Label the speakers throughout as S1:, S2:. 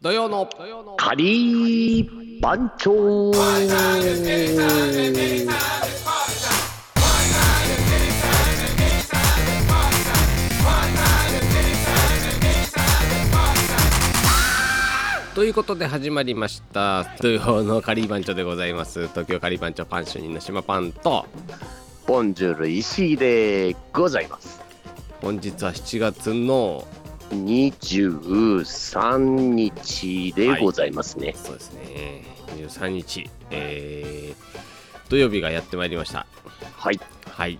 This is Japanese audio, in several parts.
S1: 土曜の
S2: カリー番長
S1: ということで始まりました土曜のカリー番長でございます東京カリー番長パン主任の島パンと
S2: ボンジュール石井でございます
S1: 本日は7月の
S2: 23日でございますね、
S1: そうですね23日えー、土曜日がやってまいりました
S2: はい、
S1: はい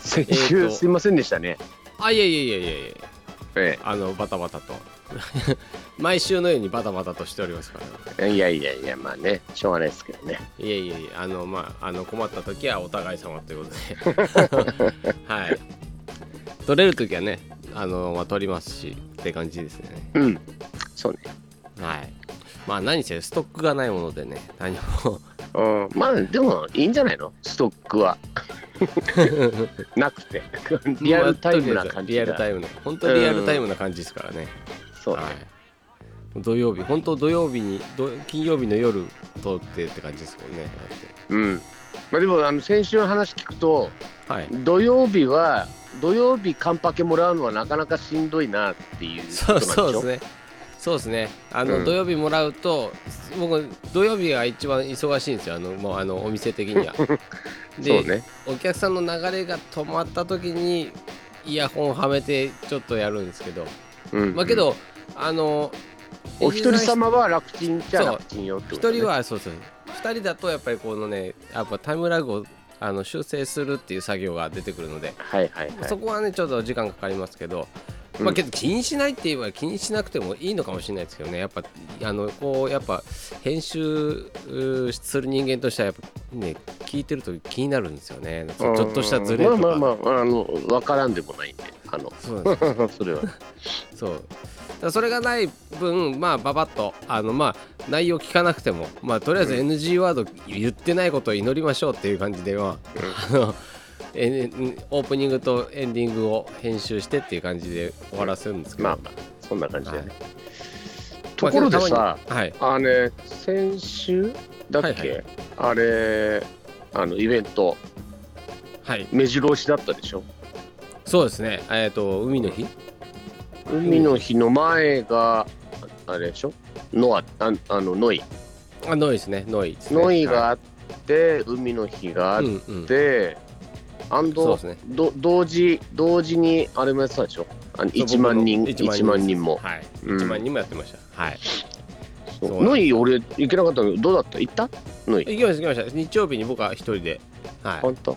S2: 先
S1: えー
S2: 週
S1: と
S2: すいませんでしたね、
S1: あいやいやいやいやいや
S2: え
S1: あのバタバタと 毎週のようにバタバタとしておりますから
S2: えいやいやいやまあねしょうがないですけどね
S1: いやいやいやあのまああの困った時はお互い様ということで はい取れる時はねあの、まあ、取りますしって感じですね
S2: うんそうね
S1: はいまあ何せストックがないものでね何も
S2: うんまあでもいいんじゃないのストック はなくて リアルタイ ムな感じ
S1: リ
S2: が
S1: アルタイムな本当にリアルタイムな感じですからね、
S2: そうね、
S1: はい土曜日本当土曜日にど金曜日の夜通ってって感じですもんねだっ
S2: うんまあ、でもあの先週の話聞くと
S1: てはい
S2: 土曜日は土曜日カンパケもらうのはなかなかしんどいなっていうこと
S1: そ
S2: なん
S1: う
S2: でし
S1: そうで
S2: ょ
S1: すね。そうですね。あの、
S2: うん
S1: 土曜日もらうと、僕土曜日が一番忙しいんですよ。あのもうあのお店的には。で、
S2: そうね
S1: お客さんの流れが止まった時にイヤホンはめてちょっとやるんですけど、
S2: うん
S1: まあけど、あの
S2: お一人
S1: エンジニアさん
S2: 様は楽ちんちゃ
S1: そう
S2: 楽ちんよってこと
S1: 一
S2: ね
S1: 人はそうそう。二人だとやっぱりこのね、やっぱタイムラグをあの修正するっていう作業が出てくるので、
S2: はいはいはい
S1: そこはねちょっと時間かかりますけど、
S2: う
S1: まあ、
S2: ん
S1: けど気にしないって言えば気にしなくてもいいのかもしれないですけどねやっぱあのこうやっぱ編集うーする人間としてはやっぱね聞いてると気になるんですよねちょちょっとしたズレとか、
S2: まあまあまああの分からんでもないんであの
S1: そうなんですよ
S2: それは
S1: そうだからそれがない分まあババッとあのまあ内容聞かなくてもまあとりあえず NG ワード言ってないことを祈りましょうっていう感じでは、あのえオープニングとエンディングを編集してっていう感じで終わらせるんですけど、
S2: まあまあそんな感じだね、
S1: は
S2: ところで
S1: まあ
S2: さ
S1: けどたまにはい
S2: あれ先週だっけ、
S1: はいはい
S2: あれあのイベント
S1: はい
S2: 目白押しだったでしょ
S1: そうですねえっ、と海の日
S2: 海の日の前があれでしょノアああのノイ
S1: あノイですねノイですね
S2: ノイがあって、海の日があ
S1: あ
S2: っ
S1: うんうん
S2: て、アン
S1: そう
S2: ド、
S1: ですね
S2: ど同時同時にあれもやってたでしょあの1万人
S1: 僕の
S2: 1万人も、
S1: はい、
S2: うん
S1: 1万人もやってましたはい
S2: そう
S1: そう
S2: ノイ俺行けなかったのどうだった行ったノイ
S1: 行きました行きました日曜日に僕は一人ではい
S2: 本当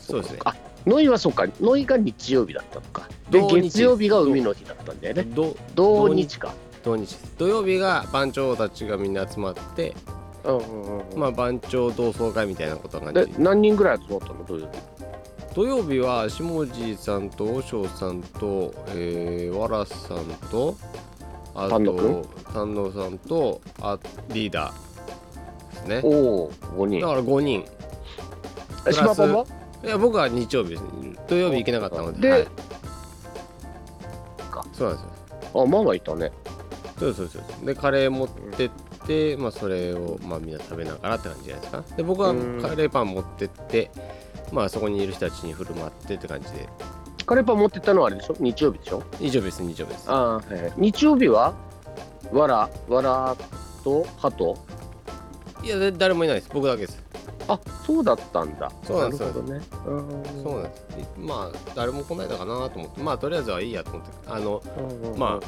S1: そうですね
S2: あノイはそうかノイが日曜日だったのかで
S1: 同日
S2: 月曜日が海の日だったんだよね
S1: ど
S2: 同日か
S1: 土日土曜日が番長たちがみんな集まって、
S2: うんうんうん
S1: まあ、番長同窓会みたいなことが
S2: で
S1: 感じ
S2: 何人ぐらい集まったの土曜日
S1: 土曜日は下地さんと和尚さんと、えー、わらさんとあ
S2: 丹野くん
S1: と丹野さんとあリーダーですね
S2: おお5
S1: だ
S2: 人
S1: から5人
S2: え
S1: ス
S2: 島パンはい
S1: や僕は日曜日ですね土曜日行けなかったので
S2: で
S1: はい
S2: か
S1: そうなんですよ
S2: あママいたね
S1: そうそうそうそうでカレー持ってって、まあ、それを、まあ、みんな食べながらって感じじゃないですかで僕は
S2: うん
S1: カレーパン持ってって、まあ、そこにいる人たちに振る舞ってって感じで
S2: カレーパン持ってったのはあれでしょ日曜日でしょ
S1: 以上です以上です
S2: ああ、はい、日曜日はわらわらとハト
S1: いやで誰もいないです僕だけです
S2: あそうだったんだ
S1: そうなんです
S2: るほどねうん
S1: そうなんですまあ誰も来ないだかなと思ってまあとりあえずはいいやと思ってあの
S2: うん
S1: ま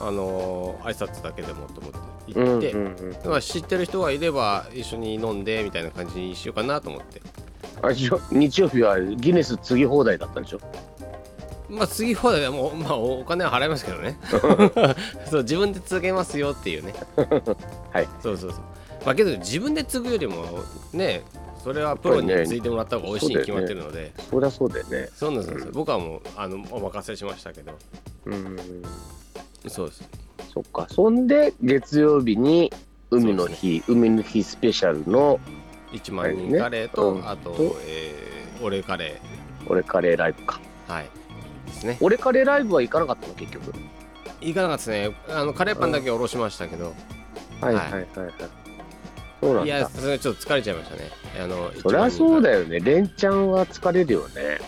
S1: ああのー挨拶だけでもと思って
S2: うん
S1: 行って、
S2: うんうん
S1: まあ、知ってる人がいれば一緒に飲んでみたいな感じにしようかなと思って
S2: あれでしょ日曜日はギネス継ぎ放題だったんでしょ
S1: まあ次はもう、まあ、お金は払いますけど ねそう自分で継げますよっていうね
S2: はい
S1: そうそうそうまあけど自分で継ぐよりもねそれはプロに
S2: やっぱり
S1: 継
S2: ね
S1: いでもらった方が美味しいに決まってるので、
S2: そりゃそうだよね
S1: そうなんですよ、
S2: うん
S1: 僕はもうあのお任せしましたけど
S2: うん
S1: そうです
S2: そっかそんで月曜日に海の日、海の日スペシャルの
S1: 1万人カレーと、
S2: はいね
S1: あと、
S2: うん
S1: えー、俺カレ
S2: 俺カレーライブか
S1: ーはいですね
S2: 俺カレーライブは行かなかったの結局
S1: 行かなかったですねあのカレーパンだけおろしましたけど
S2: はいはいはいはい。そうなん
S1: いや
S2: だ。
S1: さすがにちょっと疲れちゃいましたねあの
S2: そりゃそう
S1: よ
S2: だよね。連チャンは疲れるよね。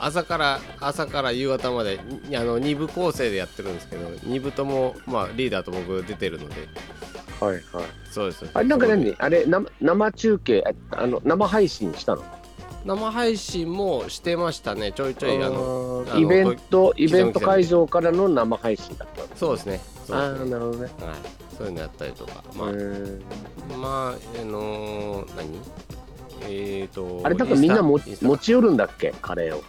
S1: 朝から朝から夕方までにあの2部構成でやってるんですけど2部とも、まあ、リーダーと僕出てるので
S2: はいはい。
S1: そうです
S2: あれなんか
S1: そ
S2: 何
S1: う
S2: あれ生生中継ああの生配信したの
S1: 生配信もしてましたねちょいちょいあの
S2: あ
S1: あ
S2: ー
S1: の
S2: イベント
S1: 刻み刻
S2: イ
S1: み
S2: ベント会場からの生配信だったの
S1: そうですねそう
S2: ああ
S1: です
S2: ー
S1: ね
S2: なるほどね、
S1: はい、そういうのやったりとかまあ、
S2: うーん
S1: まあ、あのー何えっ、と、
S2: あれなんかみんな
S1: イン
S2: も
S1: スタインスタ
S2: 持ち寄るんだっけカレーを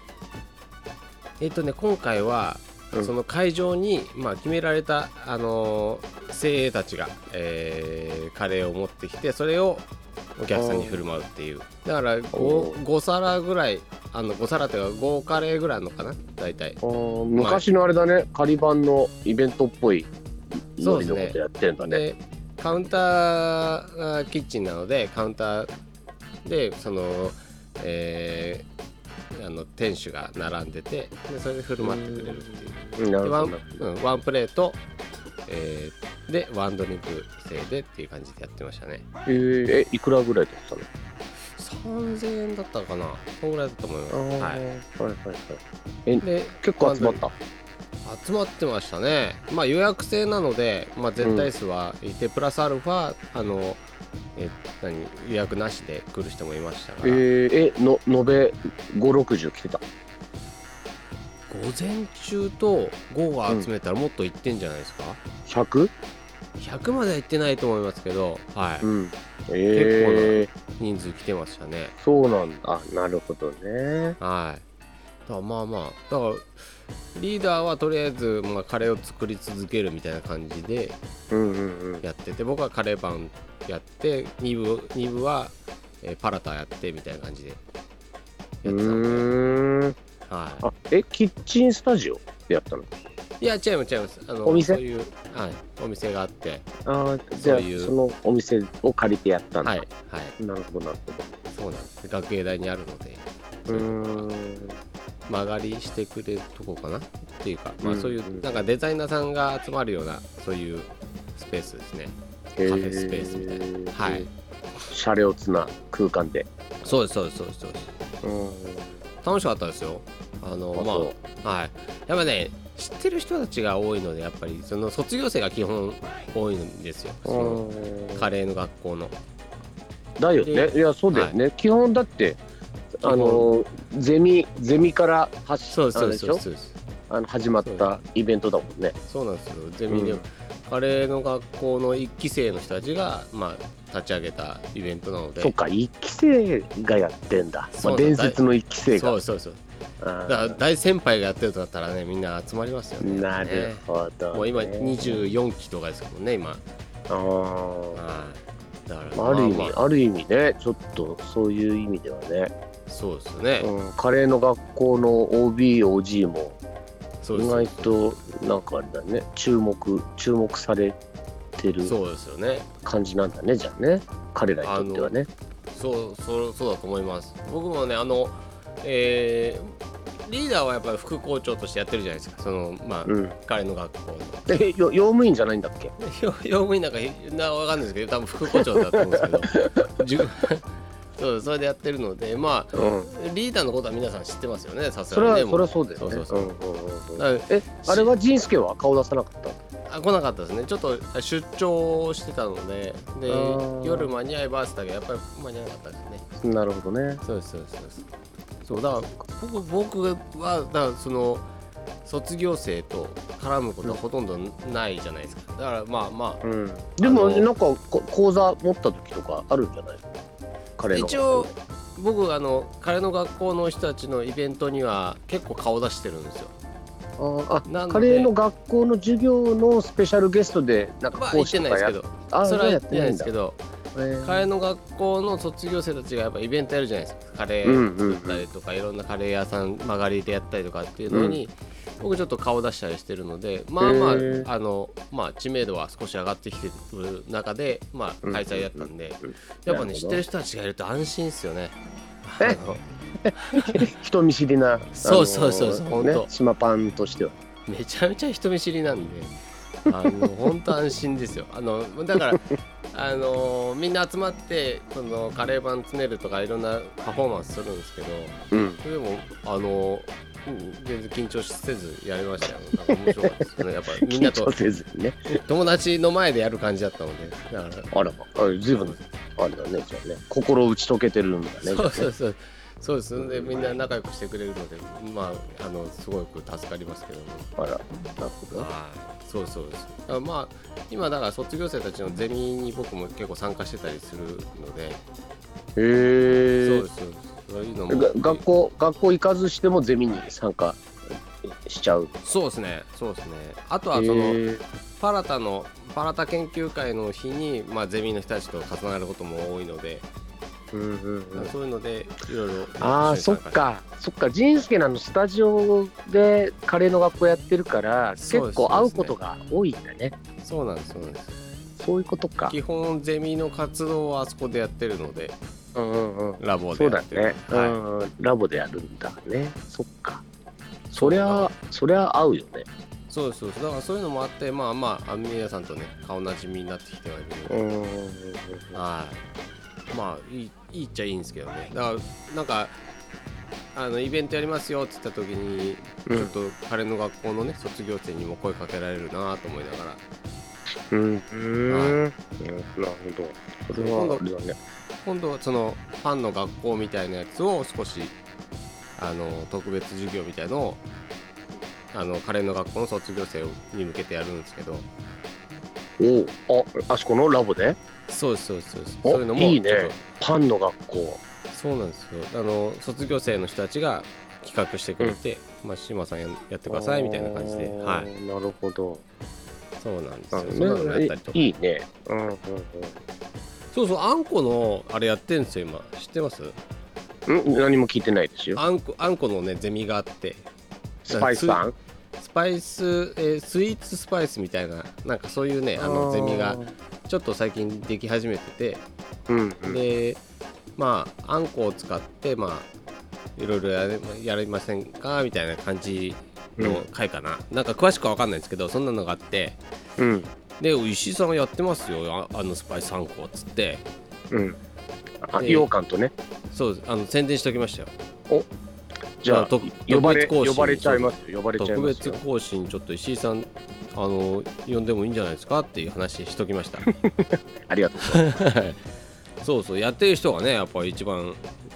S1: えっ、とね、今回は、
S2: うん
S1: その会場に、まあ、決められた、あのー精鋭たちが、えーカレーを持ってきて、それをお客さんに振る舞うっていう。だから5、
S2: おー
S1: 5皿ぐらい、あの、5皿というか、5カレーぐらいあるのかな、大体。
S2: あー昔のあれだね仮版のイベントっぽい
S1: そ
S2: ノ
S1: うで
S2: リ
S1: す
S2: の
S1: ね
S2: ことやってんだね
S1: で、カウンターキッチンなので、カウンターで、その、えーあの店主が並んでてでそれで振る舞ってくれるっていう
S2: うんな
S1: で
S2: る
S1: ワ
S2: ほ
S1: ン,、うん、ワンプレート、えーでワンドリンク制でっていう感じでやってましたね
S2: どえーえいくらぐらいだったの
S1: 3000円だったかなそんぐらいだったと思います、
S2: は、
S1: はい
S2: はい
S1: い、
S2: はいはい
S1: で
S2: 結構集まった
S1: 集まってましたねまあ予約制なので、まあ、絶対数はいて、プラスアルファあのえ何予約なしで来る人もいましたか
S2: え
S1: ら、
S2: ー、えの延べ560来てた
S1: 午前中と午後集めたらもっといってんじゃないですか、
S2: 100?
S1: 100まではいってないと思いますけど、はい
S2: うんええ
S1: 人数来てましたね
S2: そうなんだあなるほどね
S1: はい。だからまあまあ、だからリーダーはとりあえず、まあ、カレーを作り続けるみたいな感じで
S2: うんうんうん
S1: やってて、僕はカレーパンやって、2部二部は、えーパラタやってみたいな感じでやってた
S2: うん
S1: で
S2: ーん
S1: は
S2: あえキッチンスタジオでやったの
S1: い、いや、違います、違います。あの
S2: お店
S1: そういう、はい、お店があって、
S2: ああ
S1: じゃあそういう
S2: そのお店を借りてやったんだ、
S1: はい、はい、
S2: なるほどなる
S1: そうなんです。学芸大にあるので、
S2: ほどうーん
S1: 曲がりしてくれるとこかなっていうか、まあ、
S2: うん
S1: そういう、なんかデザイナーさんが集まるような、そういうスペースですね。
S2: カフ
S1: ェスペースみたいなはい
S2: 車両つな空間で
S1: そうです、そうです、そうです、そうです。
S2: うん
S1: 楽しかったですよあの
S2: あそ
S1: まあはいやっぱね知ってる人たちが多いのでやっぱりその卒業生が基本多いんですよそのカレーの学校の
S2: だよねいやそうだよね、基本だってあのゼミゼミから発
S1: そうです
S2: あ
S1: そう
S2: れ
S1: で
S2: ですし
S1: そうで
S2: ょ
S1: すそうです
S2: あの始まったイベントだもんね
S1: そうなんですよゼミで、
S2: うん
S1: カレーの学校の一期生の人たちが、まあ、立ち上げたイベントなので
S2: そっか一期生がやってんだ、
S1: そ
S2: ま
S1: う
S2: あ、
S1: だ
S2: 伝説の一期生
S1: そ
S2: が
S1: うそうそう
S2: あ
S1: だ
S2: ー
S1: から大先輩がやってるとだったらねみんな集まりますよね
S2: なるほど、ね、
S1: もう今24期とかですもんね今はい
S2: あー
S1: だから
S2: ある意味、
S1: まあまあ
S2: ある意味ね、ちょっとそういう意味ではね、
S1: そうですね、
S2: うん、カレーの学校の OB、OG も
S1: そうで
S2: 意
S1: すそうで
S2: 外
S1: す
S2: となんかあれだね、注目、注目されてる
S1: そうですよね
S2: 感じなんだね、じゃあね、彼らにとってはね。
S1: そうそうそうだと思います僕もねあのえーリーダーはやっぱり副校長としてやってるじゃないですかそのまあ、
S2: うん、
S1: 彼の学校の
S2: えよ用務員じゃないんだっけ
S1: 用 用務員なんかいなわかんないですけど多分副校長だと思うんですけ どじゅそうそれでやってるのでまあ
S2: うん、
S1: リーダーのことは皆さん知ってますよねさす
S2: そ
S1: が
S2: れ
S1: にね
S2: は、それはそうだよね。
S1: そうそうそ
S2: んうんうんうん
S1: もうだか
S2: え、あれは仁助は顔出さなかった
S1: らあ来なかったですねちょっと出張してたのでで
S2: あー
S1: 夜間に合えばっつったけどやっぱり間に合わなかったですね
S2: なるほどね。
S1: そうですそうですそうですそうだから僕僕はだからその卒業生と絡むことはほとんどないじゃないですかだからまあま
S2: うん、でも
S1: あの
S2: なんかこ講座持った時とかあるんじゃない
S1: あ
S2: カレーの
S1: 一応僕あの彼の学校の人たちのイベントには結構顔出してるんですよ
S2: あ
S1: なの
S2: あ
S1: で
S2: カレーの学校の授業のスペシャルゲストでなんか
S1: まあ
S2: 講
S1: 言っ
S2: 師
S1: て
S2: と
S1: ないで
S2: か
S1: す
S2: や
S1: け
S2: っ
S1: ど
S2: あ
S1: それは
S2: じゃあ
S1: 言
S2: や
S1: っ
S2: ってて
S1: な
S2: ないい
S1: です
S2: んだ
S1: けど
S2: カ
S1: 彼の学校の卒業生たちがやっぱイベントやるじゃないですかカレ
S2: うんうんう
S1: ー
S2: ん
S1: 作ったりとか、いろんなカレー屋さん曲がりでやったりとかっていうのに、僕ちょっと顔出したりしてるのでまあまあ,、
S2: へー
S1: あのまあ知名度は少し上がってきてる中で、まあ、
S2: うん
S1: 開催だったんで、
S2: うんう
S1: や
S2: ん
S1: っ
S2: なる
S1: ぱ
S2: ほ
S1: ね
S2: ど
S1: 知ってる人たちがいると安心ですよね。
S2: え
S1: あの
S2: 人見知りな
S1: そうそうそうそう
S2: あのー
S1: ほん
S2: ね
S1: と
S2: 島パンとしては
S1: めちゃめちゃ人見知りなんであの本当安心ですよあのだからあのみんな集まってそのカレー版詰めるとかいろんなパフォーマンスするんですけど
S2: うん。
S1: それでもあのうん全然緊張せずやりましたよなんか面白かったですねやっぱ みんな
S2: 緊張
S1: と
S2: せずにね。
S1: 友達の前でやる感じだったのでだから
S2: あらま、あずいぶん、あれだね、じゃあね。心打ち解けてるんだね。
S1: そうそうそうそうですでみんな仲良くしてくれるのでまああのすごく助かりますけども
S2: あら、なるほどね。
S1: はいそうそうですあまあ今だから卒業生たちのゼミに僕も結構参加してたりするので、
S2: へ
S1: そう
S2: ー
S1: ですそうですそういうのも
S2: が学校、学校行かずしてもゼミに参加しちゃう。
S1: そうですねそうですねあと
S2: へ
S1: はその、
S2: ー
S1: パラタのパラタ研究会の日に、まあ、ゼミの人たちと重なることも多いので、
S2: うんうんうん
S1: そういうのでいろいろ
S2: ああ
S1: 一緒
S2: そ
S1: に参加
S2: っかそっか仁助のあのスタジオでカレーの学校やってるから
S1: そうです
S2: 結構会うことが多いんだね
S1: してそうなんですそうなんです
S2: そういうことか
S1: 基本ゼミの活動はあそこでやってるので
S2: うんうんうん
S1: ラボで
S2: そう
S1: や
S2: だ
S1: ってる
S2: ね、
S1: は
S2: うんラボでやるんだねそっかそりゃそりゃ合うよね
S1: い、そうですそうですだからそういうのもあってまあまああの皆さんとね顔なじみになってきてはいるので、
S2: ん
S1: はいまあいいいいっちゃいいんですけどねだからなんかあのイベントやりますよって言った時にちょっと彼の学校のね卒業生にも声かけられるなと思いながら
S2: うんうん
S1: はい
S2: なるほどそれ
S1: 今
S2: は
S1: 度
S2: あれだね
S1: 今度はそのファンの学校みたいなやつを少しあの特別授業みたいのをあの彼の学校の卒業生に向けてやるんですけど
S2: おうああそこのラボで
S1: そうですそうですそうです
S2: お
S1: そういうのも
S2: いいね
S1: ちょっ
S2: パンの学校
S1: とそうなんですよあの卒業生の人たちが企画してくれて、まあ島さんややってくださいみたいな感じで
S2: あー
S1: はい
S2: なるほど
S1: そうなんです
S2: あ
S1: よそんなのもやったりとか
S2: いいねうんうん
S1: そうそうあんこのあれやってんですよ今知ってます
S2: うんん何も聞いてないですよ
S1: あんこあんこのねゼミがあって
S2: スパイスさん
S1: スパイス、えースイーツスパイスみたいななんかそういうねあのゼミがちょっと最近でき始めてて、
S2: うんうん
S1: でまああんこを使ってまあいろいろやれやりませんかみたいな感じの回かな、なんか詳しくは分かんないんですけどそんなのがあって
S2: うん
S1: で石井さんがやってますよああのスパイスあんこっつって
S2: うんあ
S1: で
S2: 羊羹とね
S1: そうですあの宣伝しておきましたよ
S2: じゃあ
S1: と
S2: 呼ばれ
S1: 特別講師
S2: 呼ばれちゃいますよ呼ばれちゃい
S1: 特
S2: ます
S1: 別
S2: よ
S1: 講師にちょっと石井さんあの呼んでもいいんじゃないですかっていう話しときました
S2: ありがとう
S1: はい そうそうやってる人がねやっぱ一番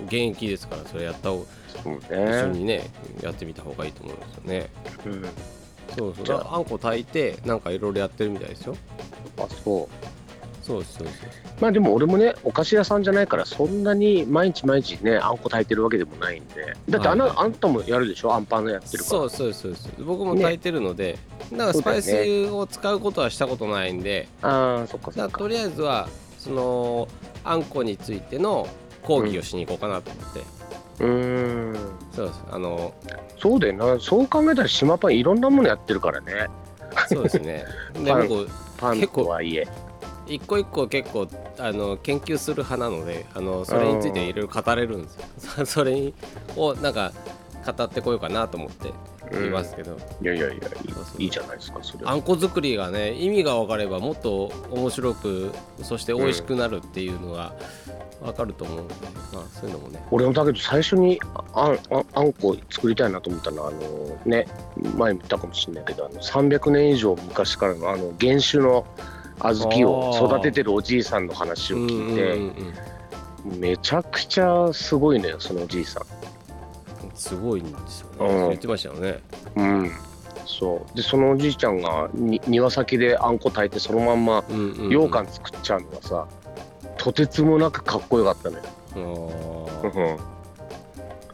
S1: 現役ですからそれやった方
S2: そう
S1: 一緒
S2: ね
S1: にね、やってみた方がいいと思いますよね
S2: うん
S1: そうそう
S2: じ
S1: だ
S2: ゃあ
S1: からあんこ炊いてなんかいろいろやってるみたいですよ
S2: あそう
S1: そうそうそう
S2: まあでも俺もねお菓子屋さんじゃないからそんなに毎日毎日ねあんこ炊いてるわけでもないんでだってあ
S1: はいは
S2: なあんたもやるでしょあんパンやってるから
S1: そうそうそうそう僕も炊いてるので、だからスパイ
S2: そうだ
S1: スを使うことはしたことないんで
S2: ああそっか
S1: だ
S2: そ
S1: か
S2: っ
S1: ら
S2: か
S1: とりあえずはそのあんこについての講義をしに行こうかなと思って、
S2: うーん
S1: そうですあ の
S2: そうだよなそう考えたら島パンいろんなものやってるからね
S1: そうですねで
S2: はい
S1: 僕
S2: パン
S1: 結構
S2: とはいえ
S1: 一個一個結構あの研究する派なのであのそれについていろいろ語れるんですよ。 そそれにをなんか語ってこようかなと思っていますけど、
S2: いやいやいやい
S1: そうそう
S2: いいいじゃないですかそれ
S1: あ
S2: は
S1: んこ作りがね意味が分かればもっと面白くそして美味しくなるっていうのが分かると思うので、まあ、そういうのもね
S2: 俺もだけど最初にあんあんあんこ作りたいなと思ったのはあのね前も言ったかもしれないけどあの300年以上昔からのあの原種の小豆を育ててるおじいさんの話を聞いて、
S1: うんうんうん
S2: めちゃくちゃすごいねそのおじいさ
S1: すごいんですよね、
S2: うん
S1: 言ってましたよね。
S2: んうんそうでそのおじいちゃんがに庭先であんこ炊いてそのまんま
S1: うんうんうん
S2: 羊羹作っちゃうのがさ、とてつもなくかっこよかったね、
S1: あー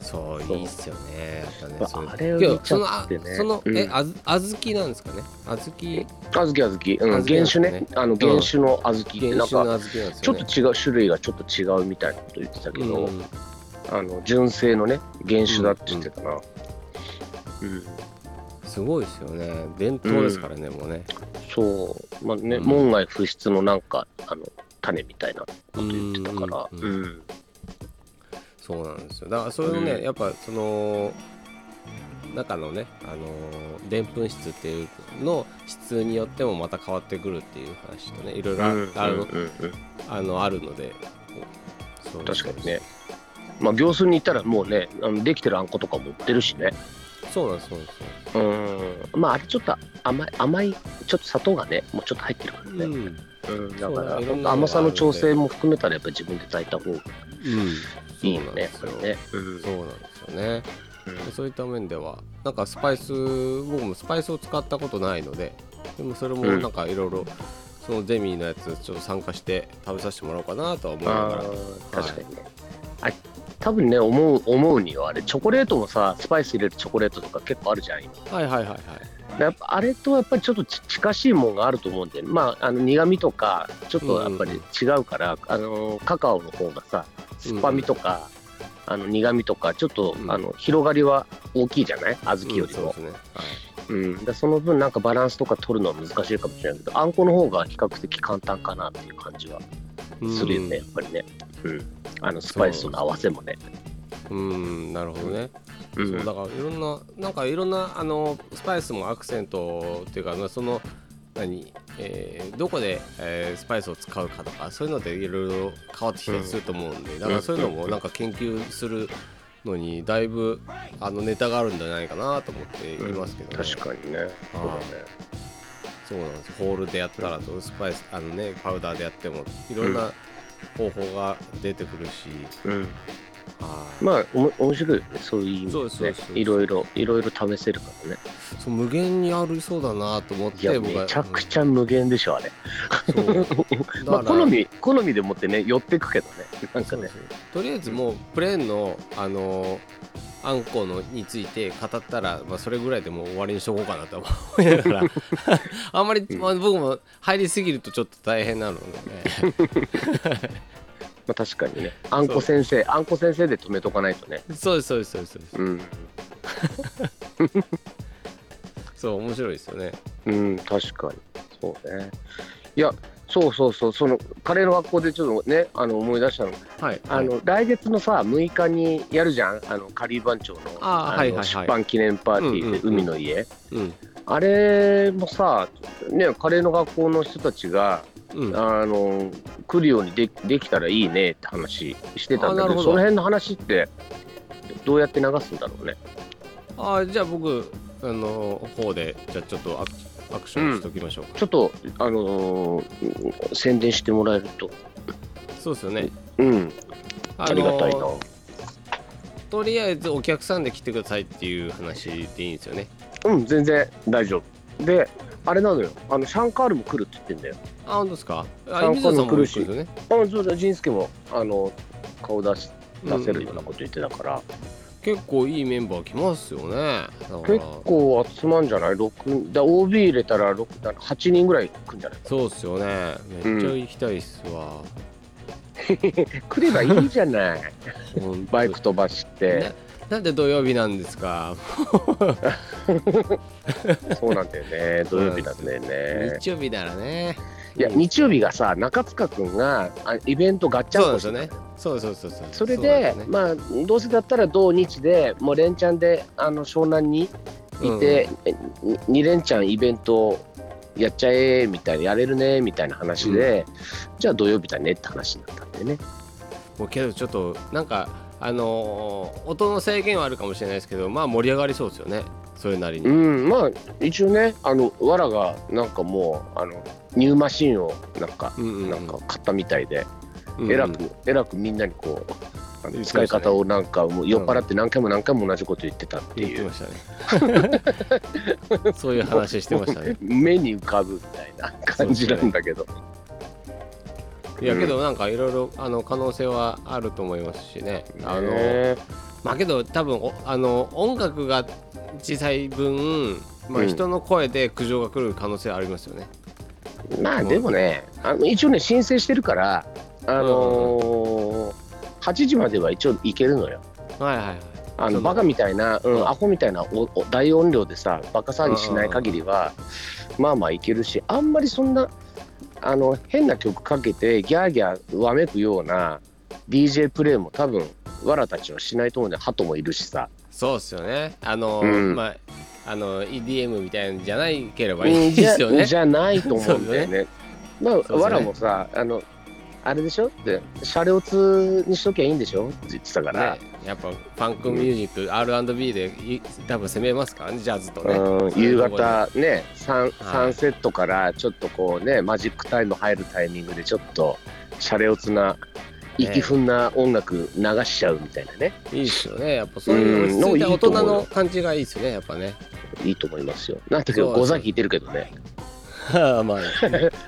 S1: そういいっすよねやっぱねそういう
S2: あれを
S1: いや
S2: 見ち
S1: その
S2: ゃ
S1: あ
S2: ってね
S1: その、
S2: うん
S1: えあず小豆なんですかね小豆
S2: 小豆小豆、うん、
S1: 小豆
S2: 原
S1: 小
S2: 種
S1: 豆
S2: ね
S1: ね
S2: あの原種の小豆、
S1: 原
S2: な
S1: 種
S2: んか
S1: の小豆なんです
S2: ちょ
S1: よ
S2: っ
S1: ね
S2: と違う種類がちょっと違うみたいなこと言ってたけど、
S1: うん
S2: あの純正のね原種だって言ってたな、うん
S1: すごいですよね伝統ですからね、もうね
S2: そうまあね、
S1: うん
S2: 門外不出のなんかあの種みたいなこと言ってたから
S1: うん
S2: う
S1: うん
S2: ん、
S1: そうなんですよだからそれをね、
S2: うん
S1: やっぱその中のね、あのーでんぷん質っていうの質によってもまた変わってくるっていう話とねいろいろあ,、あのあのあるのでそう
S2: 確かにねまあ業数に行ったらもうねあのできてるあんことかも売ってるしね
S1: そうなんですそうなんです
S2: うんまああれちょっと甘い甘いちょっと砂糖がねもうちょっと入ってるからね、
S1: うん、
S2: うんだ
S1: そう
S2: か
S1: だ
S2: ら
S1: ねいろんなのがあるので
S2: 甘さの調整も含めたらやっぱり自分で炊いた方が
S1: うん、
S2: いいよ
S1: そうなん
S2: ね
S1: です
S2: そ
S1: よ
S2: れねうん
S1: そうなんですよね
S2: うん
S1: そういった面ではなんかスパイス僕もスパイスを使ったことないのででもそれも
S2: うん
S1: なんかいろいろそのゼミのやつちょっと参加して食べさせてもらおうかなとは思いなが
S2: あ
S1: ら
S2: ー確かにね、あ多分ね思う思うにはあれチョコレートもさスパイス入れるチョコレートとか結構あるじゃん今
S1: はいはいはいはい
S2: やっぱあれとはやっぱりちょっとち近しいもんがあると思うんで、まあ、あの苦味とかちょっとやっぱり違うから、あのカカオの方がさ酸っぱみとか、あの苦味とかちょっと、
S1: うん
S2: あの広がりは大きいじゃない小豆よ
S1: うん
S2: り
S1: そうで
S2: も
S1: す、ね、
S2: うんでその分なんかバランスとか取るのは難しいかもしれないけどあんこの方が比較的簡単かなっていう感じは
S1: はい、
S2: するよね、やっぱりね、うん、あのスパイスとの合わせもね
S1: うんうんなるほどね、
S2: う
S1: そうんだからいろんななんかいろんなあのスパイスもアクセントっていうかなその何、えーどこで、えースパイスを使うかとかそういうのでいろいろ変わってきたりすると思うんで、だからそういうのもなんか研究するのにだいぶあのネタがあるんじゃないかなと思っていますけど、ね
S2: 確かにねそうだね
S1: そうなんですホールでやったらとスパイスあのねパウダーでやってもいろんな方法が出てくるし、
S2: うん
S1: はい
S2: まあおも面白いよねそういう意味
S1: そうですそう
S2: で
S1: ですそうです
S2: ねいろいろいろいろ試せるからね
S1: そう無限にありそうだなと思っ
S2: い
S1: て
S2: やめちゃく
S1: ゃ、
S2: ちゃ無限でしょあれ、
S1: うんそうだ
S2: ま
S1: か
S2: あ、
S1: ら
S2: 好み好みでもってね寄ってくけどねなんか
S1: そうそ
S2: ね
S1: うとりあえずもうプレーンのあのーあんこのについて語ったら、まあ、それぐらいでもう終わりにしとこうかなと思いな がらあんまり、まあ、僕も入りすぎるとちょっと大変なので、
S2: まあ、確かにねあんこ先生あんこ先生で止めとかないとね
S1: そうですそうですそうですそうです
S2: うん、
S1: そう面白いですよね
S2: うん、確かにそうねいやそうそうそうそのカレーの学校でちょっとねあの思い出したの
S1: はい
S2: あの、来月のさ6日にやるじゃんあのカリー番長の
S1: あー
S2: あの
S1: はいはいはい
S2: 出版記念パーティーで
S1: うんうんうん
S2: 海の家、
S1: うん
S2: あれもさ、ね、カレーの学校の人たちが、
S1: うん
S2: あの来るようにでできたらいいねって話してたんだ
S1: あな
S2: け
S1: るほ
S2: ど
S1: ど
S2: その辺の話ってどうやって流すんだろうね。
S1: ああじゃあ僕あの方でじゃあちょっとアクアクションしときましょうか、
S2: ちょっと、あのー宣伝してもらえると、
S1: そうですよね
S2: うん、
S1: あ
S2: あ
S1: のー
S2: りがたいな。
S1: とりあえずお客さんで来てくださいっていう話でいいんですよね
S2: うん、全然大丈夫。で、あれなのよ、あのシャンカールも来るって言ってんだよ。
S1: あ、本当ですか。あ、
S2: 参
S1: 水野
S2: 考に
S1: さ
S2: も
S1: んも
S2: 来
S1: 来
S2: る
S1: る
S2: し
S1: しですよね。
S2: あそうだ、仁助もあの顔出し出せるような
S1: うん
S2: こと言ってたから、
S1: 結構いいメンバー来ますよね。だから
S2: 結構集まんじゃない6だ ?OB 入れたら6だ8人ぐらい来るんじゃ ない
S1: そうっすよね。めっちゃ行きたいっすわ。
S2: 来ればいいじゃない
S1: ほんと
S2: バイク飛ばして、
S1: なんで土曜日なんですか。
S2: そうなんだよ ね土曜日なんだよね
S1: 日曜日ならね。
S2: いや日曜日がさ中塚君があイベントガッチャンコ
S1: そうなんですよそうそうそうそう。
S2: それ
S1: うな
S2: で
S1: んすね
S2: まあどうせだったら同日でもう連チャンであの湘南にいて、2連チャンイベントやっちゃえみたいなやれるねみたいな話で、じゃあ土曜日だねって話になったんだよね
S1: もうけどちょっとなんかあのー音の制限はあるかもしれないですけど、まあ盛り上がりそうですよね。それなり
S2: う
S1: に。
S2: んまあ一応ねあのわらがなんかもうあのニューマシンをなんか、
S1: うんうんうん
S2: なんか買ったみたいで、
S1: うん
S2: えらくえらくみんなにこうあ
S1: 言ってまし
S2: の
S1: たね
S2: 使い方をなんかもう酔っ払って何回も何回も同じこと言ってたって
S1: 言っ
S2: い
S1: て
S2: う
S1: ましたね。 そういう話してましたね。
S2: 目に浮かぶみたいな感じなんだけど、
S1: いやけどなんかいろいろあの可能性はあると思いますしね。あの
S2: ね
S1: まあけど多分おあの音楽が小さい分、ま
S2: う
S1: あ、
S2: ん
S1: 人の声で苦情が来る可能性ありますよね。
S2: まあでもねあの一応ね申請してるからあのー8時までは一応行けるのよ
S1: はいはいはい。
S2: あ
S1: そ
S2: の
S1: う
S2: バカみたいな、う、
S1: うんん
S2: アホみたいなおお大音量でさバカ騒ぎしない限りはまあまあいけるしあんまりそんなあの変な曲かけてギャーギャーわめくような DJ プレイも多分わらたちはしないと思うんだよハトもいるしさ
S1: そうっすよねあの、
S2: うん
S1: まああの EDM みたいなんじゃないければい
S2: うん
S1: い
S2: じ
S1: で
S2: ゃ
S1: すよね
S2: じゃないと思うんだよ
S1: そう
S2: ね。まあ、
S1: すね
S2: わらもさ、あの、あれでしょって、車両通にしときゃいいんでしょって言ってたから、
S1: ねやっぱファンクミュージック、R&B でい多分攻めますからねジャズとね
S2: うん
S1: そうい
S2: 夕
S1: うところで
S2: 方ねサン、サンセットからちょっとこうね、マジックタイム入るタイミングで、ちょっと車両通な、息踏んな音楽流しちゃうみたいなね、
S1: いいっすよねやっぱそういう落ち着いた大人の感じがいいっすよねやっぱね
S2: いいと思いますよ。なんだけど、
S1: そうそう
S2: ゴザ聞いてるけどね、
S1: まあまあ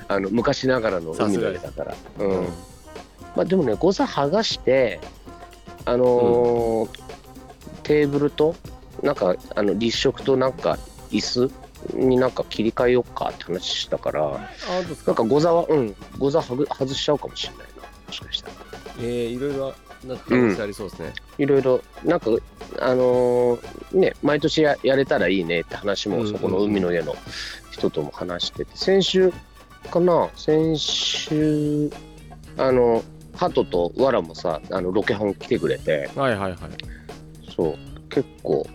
S2: あの昔ながらの海の家だから。うんまあ、でもね、誤差剥がして、あのーテーブルと、なんかあの立食となんか椅子になんか切り替えようかって話したから、
S1: 本当です
S2: な
S1: か
S2: んか誤差は、うん、誤差はぐ外しちゃうかもしれないな、もしかしたら。
S1: えー、いろいろなんか可能性ありそうですね、
S2: いろいろ、なんか、あのーね、毎年ややれたらいいねって話
S1: うん
S2: も、
S1: うんうん
S2: そこの海の家の人とも話してて、先週かな、先週、あの、ハトとワラもさ、あのロケ本来てくれて、
S1: はいはいはい
S2: そう結構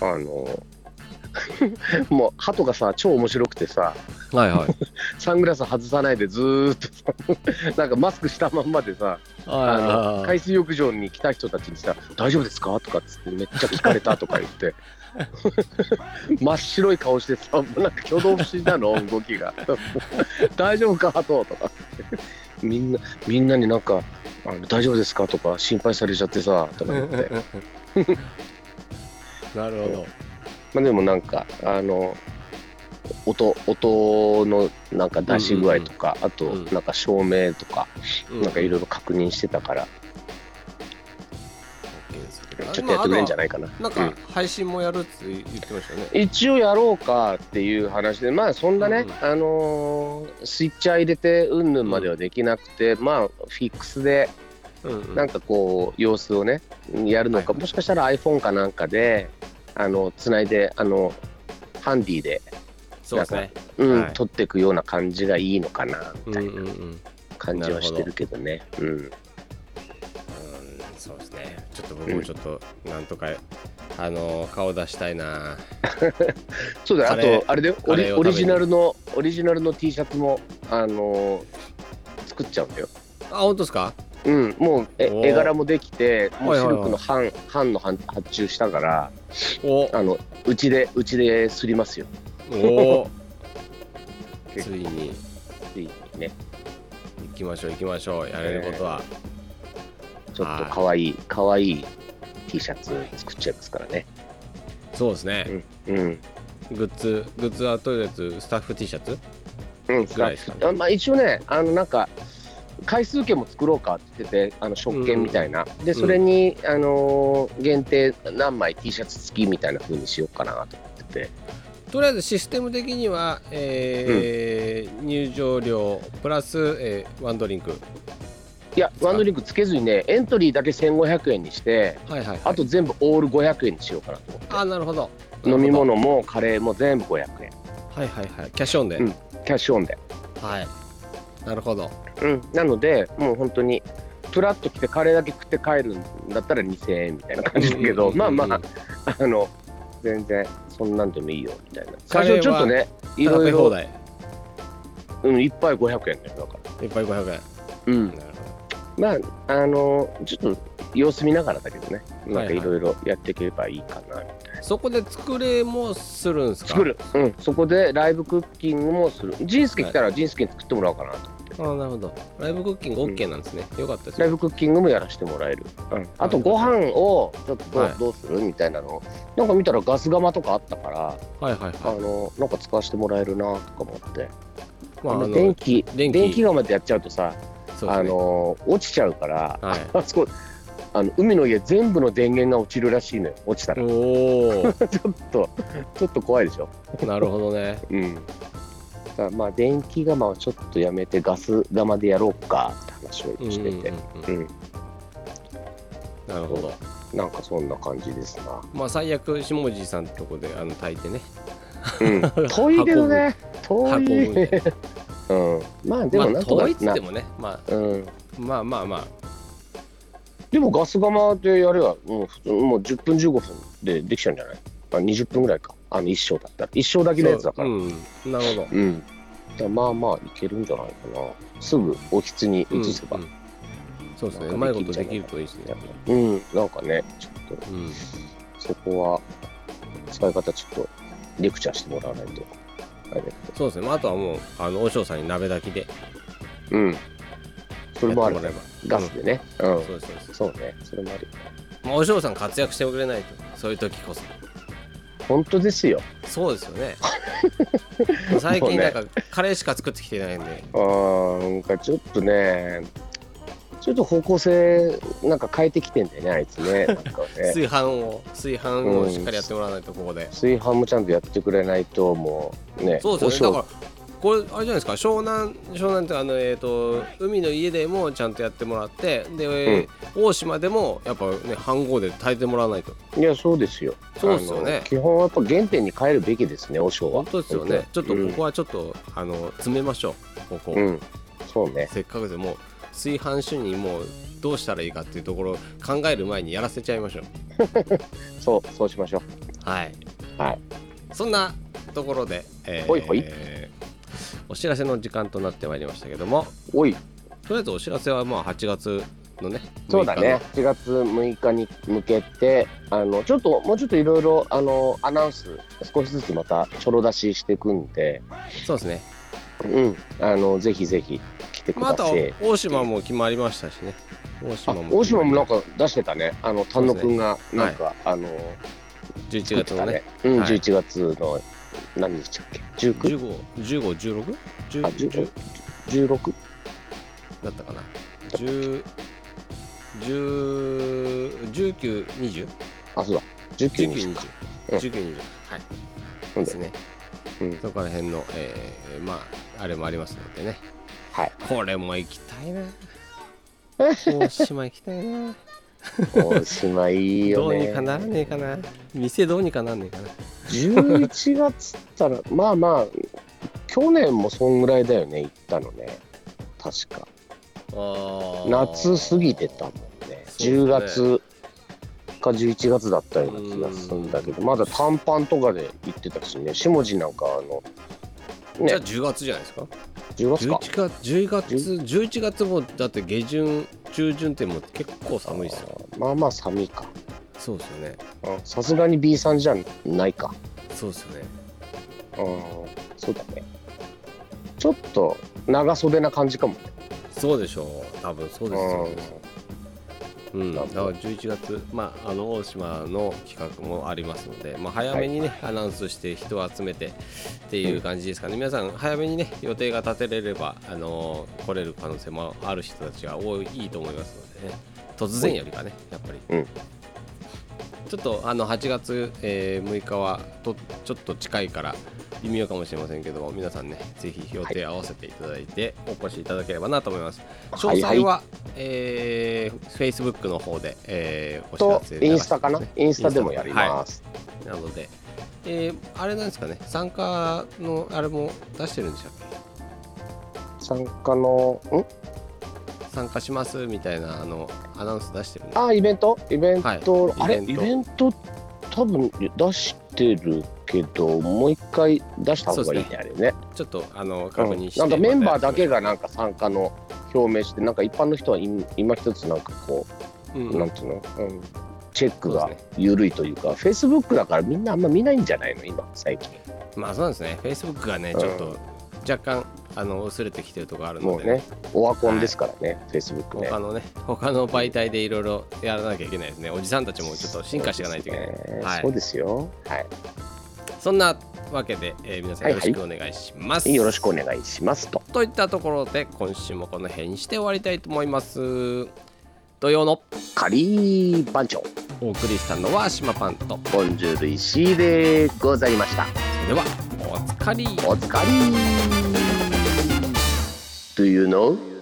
S2: あの もう鳩がさ超面白くてさ
S1: はいはい
S2: サングラス外さないでずーっとさなんかマスクしたまんまでさあの
S1: あ
S2: 海水浴場に来た人たちにさ「大丈夫ですか?」とかっつってめっちゃ聞かれたとか言って 真っ白い顔してさもうなんか挙動不審なの動きが 「大丈夫か鳩?」とかみんなみんなになんかあの「大丈夫ですか?」とか心配されちゃってさとか 言って。
S1: あなるほど
S2: まあ、でもなんかあの音音のなんか出し具合とか、あと
S1: うん
S2: なんか照明とか、なんかいろいろ確認してたから、ちょっとやってくれるんじゃ
S1: ない
S2: ないかな。
S1: なん
S2: う
S1: か
S2: ん
S1: 配信もやるって言ってましたよね
S2: 一応やろうかっていう話で、まあそんなね、
S1: うん
S2: あのースイッチャー入れてうんぬんまではできなくて、まあフィックスで
S1: うんうん
S2: なんかこう様子をねやるのか、
S1: はい
S2: もしかしたら iPhone かなんかであのつないであのハンディで、
S1: そうですね
S2: うん
S1: はい
S2: 撮っていくような感じがいいのかなみ
S1: うん
S2: た
S1: う
S2: い
S1: ん
S2: な。
S1: うんうん
S2: 感じはしてるけどね。うん、
S1: そうですねちょっと僕もちょっとなんとかあの顔出したいな
S2: そうだ
S1: カレー
S2: よあとあれでオ
S1: カ
S2: リ
S1: レーを食べに
S2: オリジナルのオリジナルの T シャツもあのー作っちゃうんだよ。
S1: あ本当ですか
S2: うん、もうえ
S1: おー
S2: 絵柄もできて、もう
S1: はい
S2: シ
S1: はいはい
S2: ルクの版版の版発注したから、
S1: お
S2: あのうちでうちですりますよ。
S1: おつ
S2: 結
S1: いに
S2: ついにね、
S1: 行きましょう行きましょうやれることは、
S2: ちょっと可愛い可愛い T シャツ作っちゃいますからね。
S1: そうですね、
S2: うん、
S1: グッズグッズはとりあえずスタッフ T シャツ
S2: うん、
S1: ぐらいですかね
S2: あまあ、一応ねあのなんか回数券も作ろうかって言っててあの食券みたいな、でそれに、あのー限定何枚 T シャツ付きみたいな風にしようかなと思ってて
S1: とりあえずシステム的には、えー入場料プラス、えーワンドリンク
S2: いやワンドリンクつけずにねエントリーだけ1500円にして
S1: はいはい、はい、
S2: あと全部オール500円にしようかなと思って、
S1: あなるほど
S2: 飲み
S1: なる
S2: 物もカレーも全部500円
S1: ほどはいはいはいキャッシュオンで、
S2: うんキャッシュオンで、
S1: はいなるほど
S2: うん、なのでもう本当にプラッと来てカレーだけ食って帰るんだったら2000円みたいな感じだけ
S1: うんう
S2: ど、
S1: んうん
S2: ま
S1: う
S2: あ
S1: ん
S2: まああの全然そんなんでもいいよみたいな
S1: カ
S2: 最
S1: レーは
S2: 初ちょっとねい
S1: 食
S2: ろ
S1: べ
S2: い
S1: 放
S2: ろ、
S1: 題い
S2: うん、一杯500円だよだから、
S1: っぱい500円
S2: うん、
S1: なる
S2: まああのちょっと様子見ながらだけどねな
S1: は
S2: ん
S1: いは
S2: か
S1: い
S2: いろいろやっていけばいいかな、
S1: ほどそこで作れもするんですか
S2: 作る、うん、そこでライブクッキングもするジンスケ来たらジンスケに作ってもらおうかなと、
S1: あなるほどライブクッキング OK なんですね、よかったです
S2: ライブクッキングもやらせてもらえる、うん、あとご飯をちょっとどう,、
S1: はい
S2: どうするみたいなのをなんか見たらガス釜とかあったから
S1: はいはい
S2: あ
S1: は
S2: のなんか使わせてもらえるなとか思って、
S1: いまああ
S2: あ
S1: の
S2: の電気
S1: 電
S2: 電
S1: 気
S2: 気釜でやっちゃうとさ
S1: そうです
S2: あ
S1: ね
S2: の落ちちゃうから、
S1: はい
S2: あそこあの海の家全部の電源が落ちるらしいのよ落ちたら
S1: おお
S2: ちょっとちょっと怖いでしょ
S1: なるほどね
S2: うんだからまあ電気釜はちょっとやめてガス釜でやろうかって話を
S1: うんうん
S2: し
S1: うんう
S2: て
S1: ん
S2: て、うん
S1: なるほど
S2: なんかそんな感じですな、
S1: まあ最悪下地さんとこであの炊いてね
S2: うん、 遠いけどね遠
S1: 運ぶ
S2: い、
S1: んで
S2: うん、まあで
S1: ま
S2: も
S1: あ
S2: なんとか
S1: 遠いっつ
S2: な
S1: ってもねま
S2: うん
S1: あまあまあまあ
S2: でもガス釜でやれば、うん、普通もう10分15分でできちゃうんじゃないあ ?20 分ぐらいか。あの一生だったら。一生だけのやつだから。うん。
S1: そううん、なるほど
S2: だからまあまあいけるんじゃないかな。すぐおひつに移せば
S1: うん。うんそうですね
S2: なん
S1: う
S2: か
S1: まいことできるといいですね、
S2: うん、なんかね、ちょっと
S1: うん、
S2: そこは使い方ちょっとレクチャーしてもらわないと。あれだけど
S1: そうですね、まあ、あとはもうあの和尚さんに鍋炊きでや
S2: うん。そ
S1: って
S2: れも
S1: も
S2: あ
S1: らえ
S2: る
S1: ば
S2: ね。ガスでね。うん。
S1: そうですそうです
S2: そうね。それもある。
S1: まあ和尚さん活躍してくれないとそういう時こそ
S2: 本当ですよ。
S1: そうですよ ね最近なんかカレーしか作ってきてないんで
S2: あーなんかちょっとね、ちょっと方向性なんか変えてきてんだよね、あいつ ね。なんかね
S1: 炊飯を炊飯をしっかりやってもらわないとここで、
S2: 炊飯もちゃんとやってくれないと、もうね、
S1: そうです
S2: お
S1: よ
S2: 正
S1: ねだからこれあれじゃないですか湘南湘南ってあのえっ、と海の家でもちゃんとやってもらってで、大島でもやっぱね飯盒で炊いてもらわないと
S2: いや、そうですよ。
S1: そうですよね
S2: あの基本はやっぱ原点に帰るべきですね、お正は。
S1: 本当ですよねちょっとここはちょっと、あの詰めましょうここ、
S2: うん、うんそうね。
S1: せっかくでもう炊飯主任もうどうしたらいいかっていうところを考える前にやらせちゃいましょう
S2: そう、そうしましょう。
S1: はい、
S2: はい、
S1: そんなところで、えー
S2: ほいほい
S1: お知らせの時間となってまいりましたけども
S2: おい、
S1: とりあえずお知らせはまあ8月のね
S2: そうだね
S1: 6、
S2: 7月6日に向けて、あのちょっともうちょっといろいろあのアナウンス、少しずつまたちょろ出ししていくんで、
S1: 日のそうですね
S2: うん、あのぜひぜひ来てく
S1: まああ
S2: だ
S1: と
S2: さい。
S1: 大島も決まりましたしね大
S2: あ
S1: 島も
S2: 大島もなん
S1: か
S2: か出してたね、あの丹野くんがなんか、あの
S1: 11月のね、
S2: 作ったうん、
S1: はい
S2: 11月の何日だっけ、19、あ
S1: 15151610
S2: 10 16、
S1: だったかな10 10 19 20
S2: あそうだ、19
S1: 19
S2: 日
S1: 20
S2: か、うん
S1: 19 20はい
S2: そ
S1: で
S2: うだ
S1: す
S2: よ
S1: ね、
S2: うん
S1: そこら辺の、えーまああれもありますのでね
S2: はい、
S1: これも行きたいな大島行きたいな
S2: 大島いい
S1: ど
S2: よ
S1: う
S2: ね。
S1: にかならねえかな店どうにかなんねえかな
S2: 11月ったらまあまあ去年もそんぐらいだよね行ったのね確か夏過ぎてたもんね
S1: そう
S2: 10
S1: ですね
S2: 月か11月だったような気がするんだけどまだ短パンとかで行ってたしね下地なんかあの
S1: じ
S2: ね
S1: ゃあ10月じゃないですか
S2: 10月か
S1: 11月10月11月もだって下旬中旬ってもう結構寒いですよ
S2: あーまあまあ寒いか
S1: そうですよね
S2: うんさすがに B さんじゃないか
S1: そうですよね
S2: うんそうだねちょっと長袖な感じかもね
S1: そうでしょう多分そうですよねうん、だ
S2: な
S1: か
S2: るほど
S1: ら11月、まあ、あの大島の企画もありますので、まあ、早めにね、アナウンスして人を集めてっていう感じですかね、皆さん早めにね予定が立てれれば、あのー来れる可能性もある人たちが多いいいと思いますのでね突然よりかねやっぱり、
S2: うん
S1: ちょっとあの8月、えー6日はとちょっと近いから微妙かもしれませんけども皆さんねぜひ予定合わせていただいてお越しいただければなと思います。詳
S2: い
S1: 細は、えー、Facebook の方で、えー、お
S2: と
S1: 知らせ
S2: インスタかな
S1: 流して
S2: イン
S1: す
S2: ス
S1: ね
S2: タでもやり
S1: は
S2: ます、
S1: いなので、えー、あれなんですかね、参加のあれも出してるんでしたっ
S2: 参加のん
S1: け参加しますみたいなあのアナウンス出してるんで
S2: あイベントイベント、
S1: はい
S2: あれ
S1: イベント
S2: イベント多分出してるけどもう一回出した方がいいねあれね、
S1: ちょっとあの確認して、
S2: うんなんかメンバーだけ
S1: が、
S2: がなんか参加の表明してなんか一般の人はい今一つなんかこ
S1: う
S2: う、
S1: ん
S2: なんていうの、うん、チェック
S1: そう
S2: が
S1: です
S2: 緩いというかフェイスブックだからみんなあんま見ないんじゃないの今最近
S1: まあそうなんですね、Facebook がね、ちょっ
S2: う
S1: と若干あの薄れてきてるところあるの
S2: もう
S1: で、
S2: ねオワコンですからね、フェイスブックね
S1: 他のね、他の媒体でいろいろやらなきゃいけないですね、おじさんたちもちょっと進化していかないといけない。
S2: そうですね
S1: はい
S2: そうですよはい
S1: そんなわけで、えー皆さんよろしくお願いします。
S2: よろしくお願いしますと
S1: といったところで今週もこの辺にして終わりたいと思います。土曜の
S2: 仮番長
S1: お送りしたのは島パンと。
S2: ボンジュール石井でございました。
S1: それではおつかり。
S2: お疲れ。Do you know?